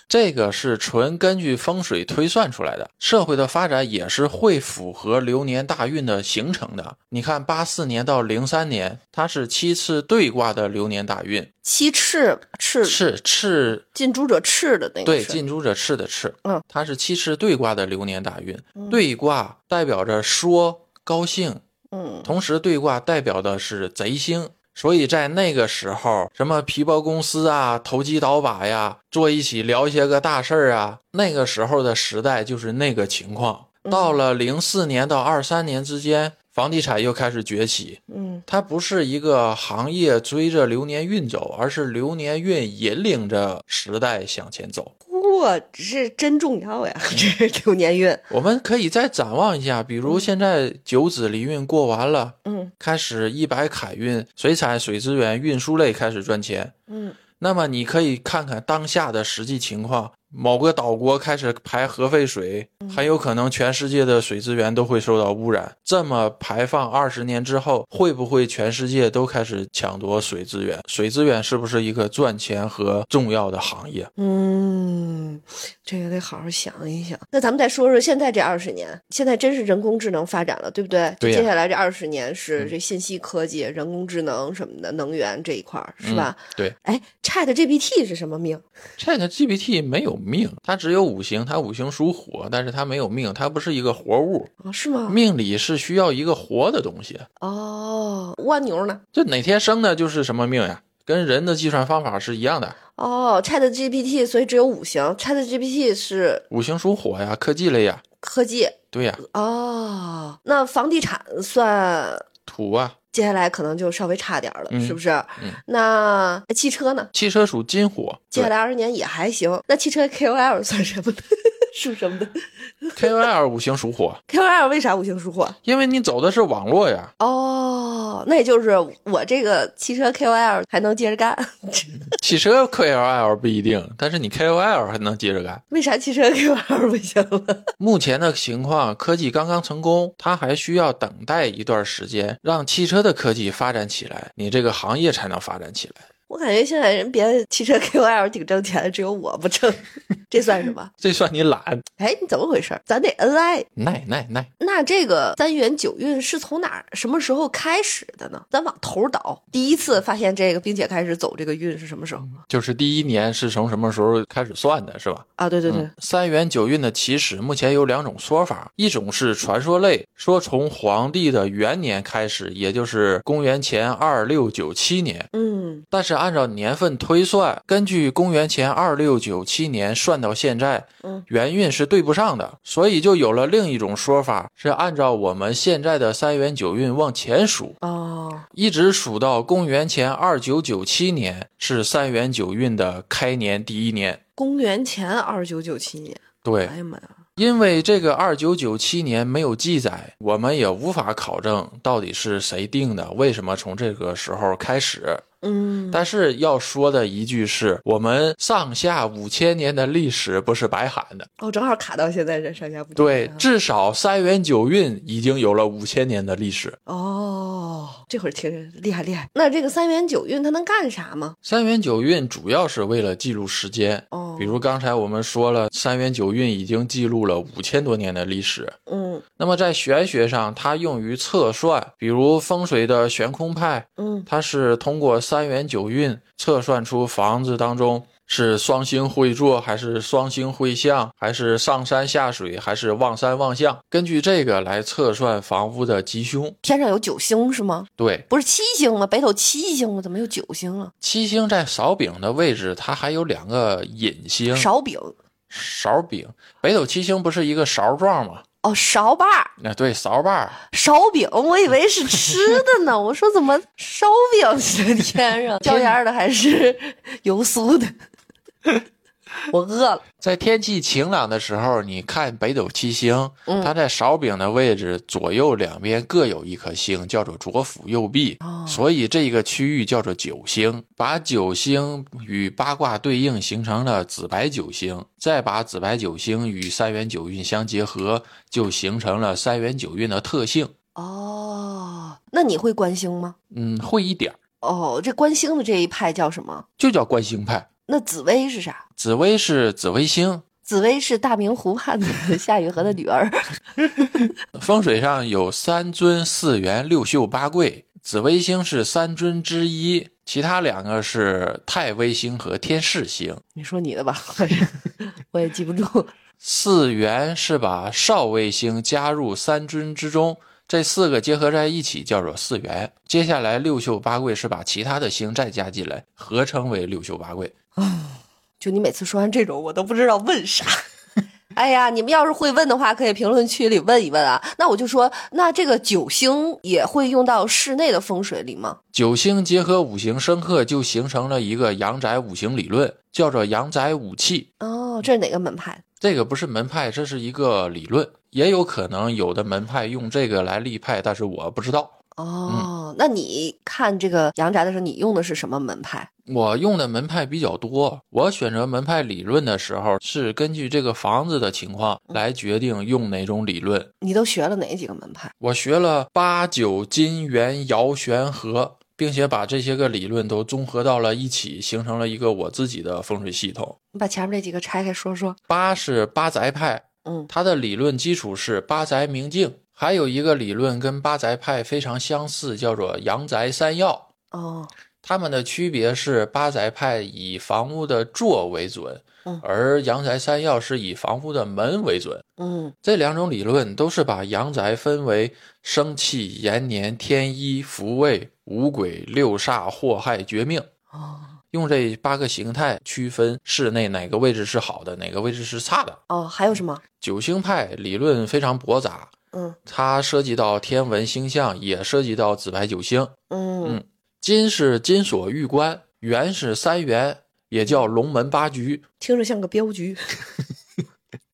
S2: 这个是纯根据风水推算出来的，社会的发展也是会符合流年大运的形成的。你看，八四年到零三年，它是七次对卦的流年大运，
S1: 七赤赤
S2: 赤赤
S1: 近朱者赤的那个
S2: 对
S1: 是
S2: 近朱者赤的赤，
S1: 嗯，
S2: 它是七次对卦的流年大运，对卦代表着说高兴，
S1: 嗯
S2: 同时对卦代表的是贼星，所以在那个时候，什么皮包公司啊、投机倒把呀，坐一起聊一些个大事儿啊，那个时候的时代就是那个情况。到了零四年到二三年之间，房地产又开始崛起，
S1: 嗯
S2: 它不是一个行业追着流年运走，而是流年运引领着时代向前走。
S1: 哇，这真重要呀！ 这流年运，
S2: 我们可以再展望一下，比如现在九子离运过完了，
S1: 嗯
S2: 开始一白凯运、水产、水资源、运输类开始赚钱。
S1: 嗯，
S2: 那么你可以看看当下的实际情况，某个岛国开始排核废水，很有可能全世界的水资源都会受到污染。这么排放二十年之后，会不会全世界都开始抢夺水资源？水资源是不是一个赚钱和重要的行业？
S1: 嗯，这个得好好想一想。那咱们再说说现在这二十年，现在真是人工智能发展了，对不对？
S2: 对呀嗯
S1: 接下来这二十年是这信息科技、人工智能什么的，能源这一块儿是吧？
S2: 嗯？对
S1: 哎，Chat GPT 是什么命？
S2: ，Chat GPT 没有命，它只有五行，它五行属火，但是它没有命，它不是一个活物。
S1: 啊、是吗？
S2: 命理是需要一个活的东西，
S1: 哦，蜗牛呢？
S2: 这哪天生的就是什么命呀，跟人的计算方法是一样的。
S1: 哦，Chat GPT，所以只有五行。Chat GPT 是
S2: 五行属火呀，科技类呀，
S1: 科技
S2: 对呀，
S1: 哦，那房地产算
S2: 土啊。
S1: 接下来可能就稍微差点儿了，
S2: 嗯
S1: 是不是？
S2: 嗯
S1: 那汽车呢？
S2: 汽车属金火，
S1: 接下
S2: 对
S1: 来二十年也还行。那汽车 KOL 算什么 呢？属什么 的
S2: KOL 五行属火，
S1: ？KOL 为啥五行属火？
S2: 因为你走的是网络 呀。
S1: 哦，那也就是我这个汽车 KOL 还能接着干。
S2: 汽车 KOL 不一定，但是你 KOL 还能接着干。
S1: 为啥汽车 KOL 不行了？
S2: 目前的情况，科技刚刚成功，它还需要等待一段时间，让汽车的科技发展起来，你这个行业才能发展起来。
S1: 我感觉现在人别的汽车 KOL 挺挣钱的，只有我不挣， 这算什么？
S2: 这算你懒，
S1: 哎，你怎么回事？咱得恩爱。
S2: 耐耐耐。
S1: 那这个三元九运是从哪儿、什么时候开始的呢？咱往头儿倒，第一次发现这个，并且开始走这个运是什么时候
S2: 就是第一年是从什么时候开始算的，是吧？
S1: 啊？对对对，
S2: 嗯三元九运的起始，目前有两种说法，一种是传说类，说从皇帝的元年开始，也就是公元前二六九七年。
S1: 嗯
S2: 但是按按照年份推算，根据公元前二六九七年算到现在，
S1: 嗯
S2: 元运是对不上的，所以就有了另一种说法，是按照我们现在的三元九运往前数，
S1: 哦，
S2: 一直数到公元前二九九七年是三元九运的开年第一年。
S1: 公元前二九九七年，
S2: 对，
S1: 哎呀妈呀，
S2: 因为这个二九九七年没有记载，我们也无法考证到底是谁定的，为什么从这个时候开始。
S1: 嗯，
S2: 但是要说的一句是，我们上下五千年的历史不是白喊的，
S1: 哦，正好卡到现在这上下不停
S2: 对
S1: 啊，
S2: 至少三元九运已经有了五千年的历史。
S1: 哦，这会儿听着厉害厉害。那这个三元九运它能干啥吗？
S2: 三元九运主要是为了记录时间，
S1: 哦，
S2: 比如刚才我们说了，三元九运已经记录了五千多年的历史，
S1: 嗯
S2: 那么在玄学上，它用于测算，比如风水的悬空派，
S1: 嗯，
S2: 它是通过三元九运测算出房子当中是双星会坐，还是双星会相，还是上山下水，还是望山望向，根据这个来测算房屋的吉凶。
S1: 天上有九星是吗？
S2: 对，
S1: 不是七星吗？北斗七星吗？怎么有九星啊了？
S2: 七星在勺柄的位置，它还有两个引星，
S1: 勺柄
S2: 勺柄。北斗七星不是一个勺状吗？
S1: 哦，勺把儿
S2: 那对勺把儿，
S1: 烧饼，我以为是吃的呢。我说怎么烧饼是天 上椒盐儿的还是 油酥的？ 我饿了，
S2: 在天气晴朗的时候，你看北斗七星，
S1: 嗯
S2: 它在勺柄的位置左右两边各有一颗星，叫做左辅右弼，
S1: 哦
S2: 所以这个区域叫做九星。把九星与八卦对应，形成了紫白九星，再把紫白九星与三元九运相结合，就形成了三元九运的特性。
S1: 哦，那你会观星吗？
S2: 嗯，会一点儿
S1: 哦，这观星的这一派叫什么？
S2: 就叫观星派。
S1: 那紫薇是啥？
S2: 紫薇是紫微星，
S1: 紫薇是大明湖畔的夏雨荷的女儿。
S2: 风水上有三尊、四元、六宿、八贵，紫微星是三尊之一，其他两个是太微星和天市星。
S1: 你说你的吧，我也记不住。
S2: 四元是把少微星加入三尊之中，这四个结合在一起叫做四元。接下来六宿八贵是把其他的星再加进来，合称为六宿八贵。
S1: 就你每次说完这种，我都不知道问啥。哎呀，你们要是会问的话，可以评论区里问一问啊。那我就说，那这个九星也会用到室内的风水里吗？
S2: 九星结合五行生克，就形成了一个阳宅五行理论，叫做阳宅五气。
S1: 哦，这是哪个门派？
S2: 这个不是门派，这是一个理论，也有可能有的门派用这个来立派，但是我不知道。
S1: 哦，那你看这个阳宅的时候，你用的是什么门派？
S2: 我用的门派比较多，我选择门派理论的时候是根据这个房子的情况来决定用哪种理论。
S1: 你都学了哪几个门派？
S2: 我学了八九金元爻玄合，并且把这些个理论都综合到了一起，形成了一个我自己的风水系统。
S1: 你把前面这几个拆开说说。
S2: 八是八宅派，
S1: 嗯
S2: 它的理论基础是八宅明镜，还有一个理论跟八宅派非常相似，叫做阳宅三要。
S1: 哦，
S2: 它们的区别是，八宅派以房屋的坐为准
S1: 嗯，
S2: 而阳宅三要是以房屋的门为准。
S1: 嗯
S2: 这两种理论都是把阳宅分为生气、延年、天一、福位、五鬼、六煞、祸害、绝命，
S1: 哦
S2: 用这八个形态区分室内哪个位置是好的，哪个位置是差的。
S1: 哦，还有什么？
S2: 九星派理论非常驳杂，
S1: 嗯
S2: 它涉及到天文星象，也涉及到紫白九星。
S1: 嗯
S2: 嗯金是金锁玉关，元是三元，也叫龙门八局。
S1: 听着像个镖局。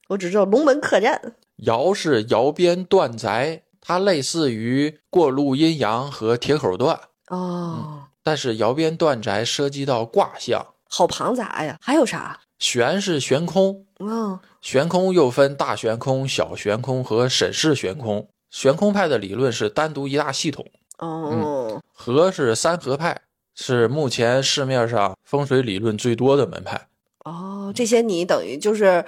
S1: 我只知道龙门客栈。
S2: 爻是爻边断宅，它类似于过路阴阳和铁口断，
S1: 哦，
S2: 但是爻边断宅涉及到卦象。
S1: 好庞杂呀。还有啥？
S2: 悬是悬空，
S1: 嗯。
S2: 悬空又分大悬空、小悬空和沈氏悬空。悬空派的理论是单独一大系统。
S1: 哦，
S2: 合是三合派，是目前市面上风水理论最多的门派。
S1: 哦，这些你等于就是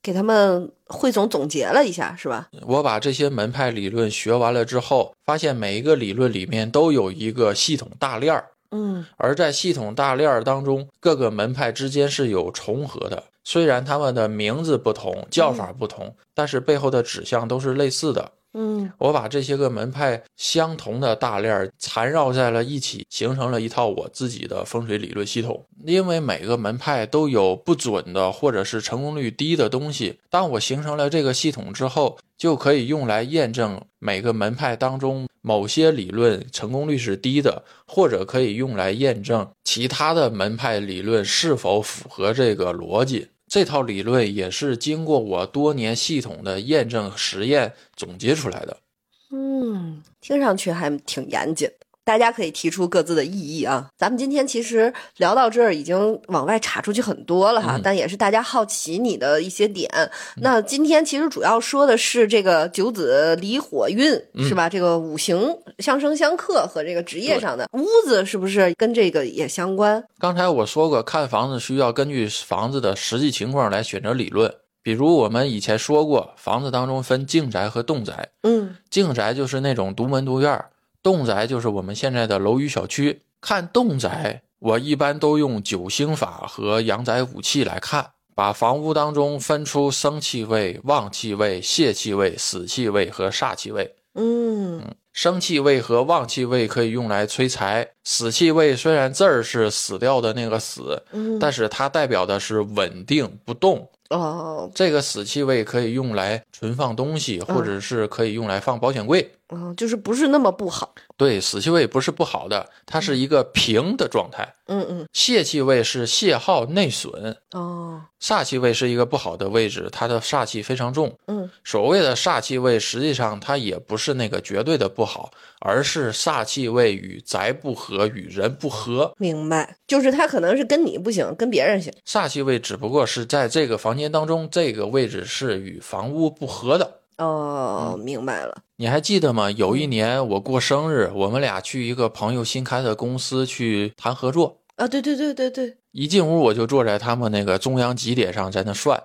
S1: 给他们汇总总结了一下，是吧？
S2: 我把这些门派理论学完了之后，发现每一个理论里面都有一个系统大链儿，
S1: 嗯，
S2: 而在系统大链儿当中，各个门派之间是有重合的。虽然他们的名字不同，叫法不同，但是背后的指向都是类似的。
S1: 嗯
S2: 我把这些个门派相同的大链儿缠绕在了一起，形成了一套我自己的风水理论系统。因为每个门派都有不准的或者是成功率低的东西，当我形成了这个系统之后，就可以用来验证每个门派当中某些理论成功率是低的，或者可以用来验证其他的门派理论是否符合这个逻辑。这套理论也是经过我多年系统的验证实验总结出来的。
S1: 嗯，听上去还挺严谨的。大家可以提出各自的异议啊。咱们今天其实聊到这儿，已经往外查出去很多了哈，
S2: 嗯
S1: 但也是大家好奇你的一些点。那今天其实主要说的是这个九子离火运、
S2: 嗯
S1: 是吧？这个五行相生相克和这个职业
S2: 对
S1: 上的屋子是不是跟这个也相关？
S2: 刚才我说过，看房子需要根据房子的实际情况来选择理论。比如我们以前说过，房子当中分静宅和动宅，
S1: 嗯
S2: 静宅就是那种独门独院儿，动宅就是我们现在的楼宇小区。看动宅，我一般都用九星法和阳宅五气来看，把房屋当中分出生气位、旺气位、泄气位、死气位和煞气位。
S1: 嗯
S2: 生气位和旺气位可以用来催财，死气位虽然字儿是死掉的那个死，
S1: 嗯，
S2: 但是它代表的是稳定不动。
S1: 哦
S2: 这个死气位可以用来存放东西，
S1: 嗯
S2: 或者是可以用来放保险柜。
S1: 哦，就是不是那么不好。
S2: 对，死气位不是不好的，它是一个平的状态。
S1: 嗯嗯
S2: 泄气位是泄耗内损，
S1: 哦
S2: 煞气位是一个不好的位置，它的煞气非常重。
S1: 嗯
S2: 所谓的煞气位，实际上它也不是那个绝对的不好，而是煞气位与宅不合，与人不合。
S1: 明白，就是他可能是跟你不行，跟别人行。
S2: 煞气位只不过是在这个房间当中，这个位置是与房屋不合的。
S1: 哦，明白了。
S2: 你还记得吗？有一年我过生日，我们俩去一个朋友新开的公司去谈合作。
S1: 啊，对对对对对，
S2: 一进屋我就坐在他们那个中央集点上在那涮。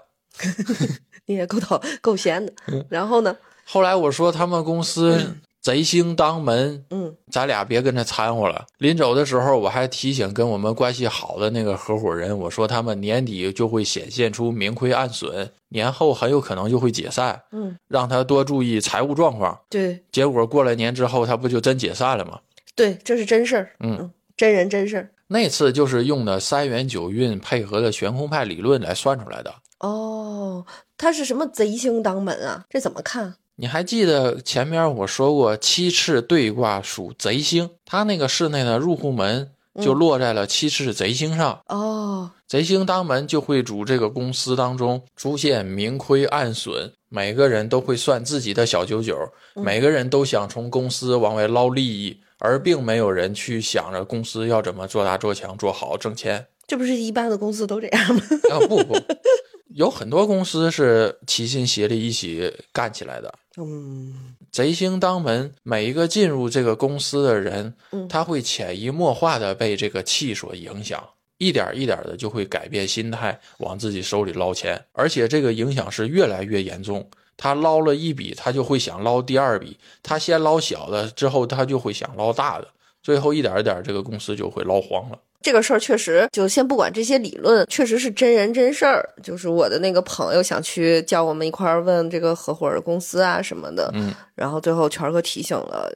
S1: 你也够讨够闲的。然后呢，
S2: 后来我说他们公司贼星当门，
S1: 嗯
S2: 咱俩别跟他掺和了。临走的时候，我还提醒跟我们关系好的那个合伙人，我说他们年底就会显现出明亏暗损，年后很有可能就会解散，
S1: 嗯，
S2: 让他多注意财务状况。
S1: 对
S2: 结果过了年之后，他不就真解散了吗？
S1: 对，这是真事儿，
S2: 嗯，
S1: 真人真事儿。
S2: 那次就是用的三元九运配合的悬空派理论来算出来的。
S1: 哦，他是什么贼星当门啊？这怎么看？
S2: 你还记得前面我说过七赤对卦属贼星，它那个室内的入户门就落在了七赤贼星上，
S1: 哦，
S2: 贼星当门就会主这个公司当中出现明亏暗损，每个人都会算自己的小九九，
S1: 嗯
S2: 每个人都想从公司往外捞利益，而并没有人去想着公司要怎么做大做强做好挣钱。
S1: 这不是一般的公司都这样吗？
S2: 啊，不不，有很多公司是齐心协力一起干起来的。
S1: 嗯
S2: 贼星当门，每一个进入这个公司的人，
S1: 嗯
S2: 他会潜移默化的被这个气所影响，一点一点的就会改变心态，往自己手里捞钱，而且这个影响是越来越严重。他捞了一笔，他就会想捞第二笔，他先捞小的，之后他就会想捞大的，最后一点一点，这个公司就会捞黄了。
S1: 这个事儿确实，就先不管这些理论，确实是真人真事儿。就是我的那个朋友想去叫我们一块儿问这个合伙人公司啊什么的，
S2: 嗯，
S1: 然后最后权儿哥提醒了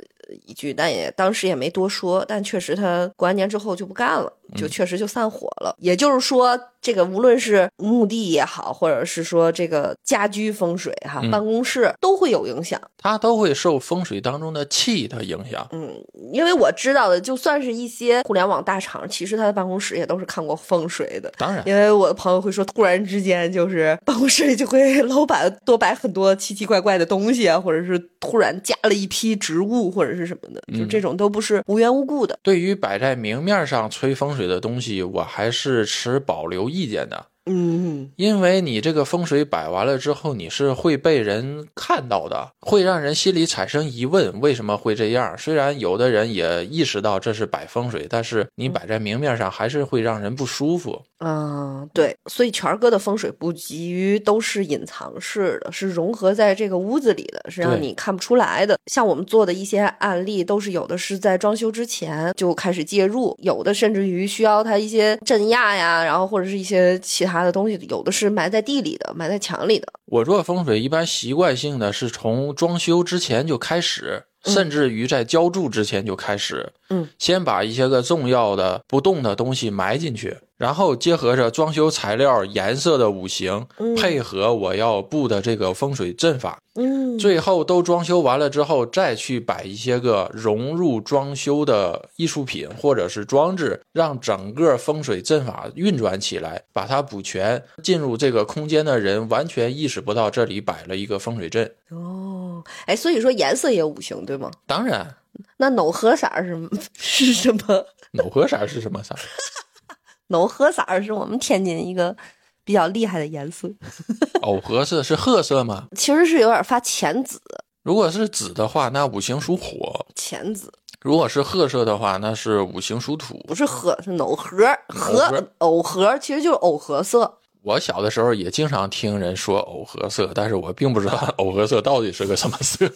S1: 一句，但也当时也没多说，但确实他过完年之后就不干了，
S2: 嗯
S1: 就确实就散伙了。也就是说，这个无论是墓地也好，或者是说这个家居风水哈，
S2: 嗯
S1: 办公室都会有影响。
S2: 他都会受风水当中的气的影响。
S1: 嗯，因为我知道的，就算是一些互联网大厂，其实他的办公室也都是看过风水的。
S2: 当然，
S1: 因为我的朋友会说，突然之间就是办公室里就会老板多摆很多奇奇怪怪的东西啊，或者是突然加了一批植物或者是什么的，就这种都不是无缘无故的。
S2: 对于摆在明面上吹风水的东西，我还是持保留意见的，
S1: 嗯，
S2: 因为你这个风水摆完了之后，你是会被人看到的，会让人心里产生疑问，为什么会这样？虽然有的人也意识到这是摆风水，但是你摆在明面上还是会让人不舒服。
S1: 啊，对，所以权儿哥的风水布局都是隐藏式的，是融合在这个屋子里的，是让
S2: 对
S1: 你看不出来的。像我们做的一些案例，都是有的是在装修之前就开始介入，有的甚至于需要它一些镇压呀，然后或者是一些其他的东西，有的是埋在地里的，埋在墙里的。
S2: 我做风水一般习惯性的是从装修之前就开始，
S1: 嗯
S2: 甚至于在浇筑之前就开始，
S1: 嗯，
S2: 先把一些个重要的不动的东西埋进去，然后结合着装修材料、颜色的五行，
S1: 嗯
S2: 配合我要布的这个风水阵法，
S1: 嗯，
S2: 最后都装修完了之后，再去摆一些个融入装修的艺术品或者是装置，让整个风水阵法运转起来，把它补全。进入这个空间的人完全意识不到这里摆了一个风水阵。
S1: 哦，哎，所以说颜色也有五行，对吗？
S2: 当然，
S1: 那藕荷色儿是 是什么？
S2: 藕荷色是什么色？
S1: 藕荷色儿是我们天津一个比较厉害的颜色，
S2: 藕荷色是褐色吗？
S1: 其实是有点发浅紫，
S2: 如果是紫的话，那五行属火；
S1: 浅紫
S2: 如果是褐色的话，那是五行属土。
S1: 不是荷，是藕荷荷
S2: 荷
S1: 藕荷，其实就是藕荷色。
S2: 我小的时候也经常听人说藕荷色，但是我并不知道藕荷色到底是个什么色。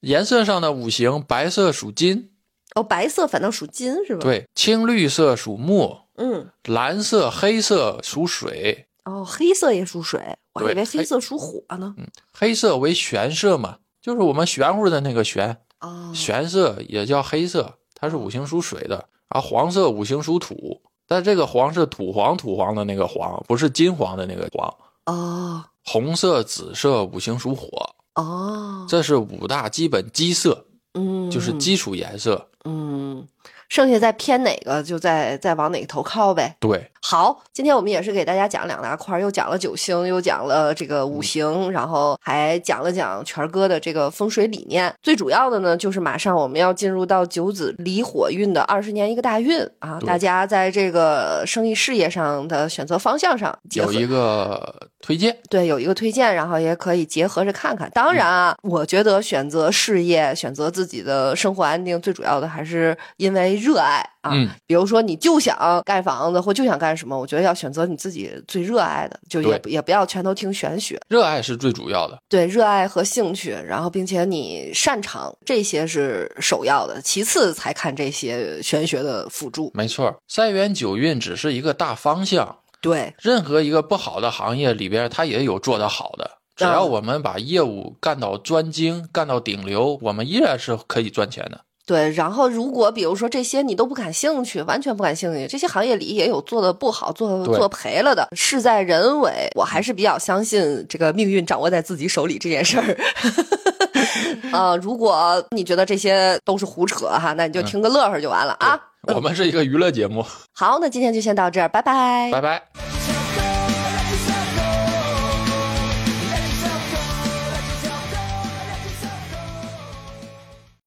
S2: 颜色上的五行，白色属金，
S1: 哦，白色反倒属金是吧？，
S2: 对，青绿色属木，
S1: 嗯，
S2: 蓝色、黑色属水，
S1: 哦，黑色也属水，我还以
S2: 对
S1: 为黑
S2: 黑嗯
S1: 色属火呢。
S2: 黑色为玄色嘛，就是我们玄乎的那个玄，
S1: 哦，
S2: 玄色也叫黑色，它是五行属水的。啊，黄色五行属土，但这个黄是土黄土黄的那个黄，不是金黄的那个黄。
S1: 哦，
S2: 红色、紫色五行属火，
S1: 哦，
S2: 这是五大基本基色。
S1: 嗯，
S2: 就是基础颜色。
S1: 嗯，剩下再偏哪个就再再往哪个头靠呗。
S2: 对，
S1: 好，今天我们也是给大家讲两大块儿，又讲了九星，又讲了这个
S2: 嗯
S1: 五行，然后还讲了讲全哥的这个风水理念。最主要的呢，就是马上我们要进入到九子离火运的二十年一个大运啊，
S2: 对
S1: 大家在这个生意事业上的选择方向上结
S2: 有
S1: 合
S2: 一个推荐，
S1: 对，有一个推荐，然后也可以结合着看看。当然啊，我觉得选择事业、选择自己的生活安定，最主要的还是因为热爱啊。
S2: 嗯
S1: 比如说，你就想盖房子或就想干什么，我觉得要选择你自己最热爱的，就也
S2: 对
S1: 不也不要全都听玄学。
S2: 热爱是最主要的。
S1: 对，热爱和兴趣，然后并且你擅长，这些是首要的，其次才看这些玄学的辅助。
S2: 没错，三元九运只是一个大方向，
S1: 对，
S2: 任何一个不好的行业里边，它也有做得好的。
S1: 啊
S2: 只要我们把业务干到专精，干到顶流，我们依然是可以赚钱的。
S1: 对，然后如果比如说这些你都不感兴趣，完全不感兴趣，这些行业里也有做的不好、做
S2: 对
S1: 做赔了的，事在人为。我还是比较相信这个命运掌握在自己手里这件事儿。 啊、如果你觉得这些都是胡扯哈，那你就 听个乐呵就完了啊。
S2: 我们是一个娱乐节目，
S1: 好，那今天就先到这儿，拜拜
S2: 拜拜。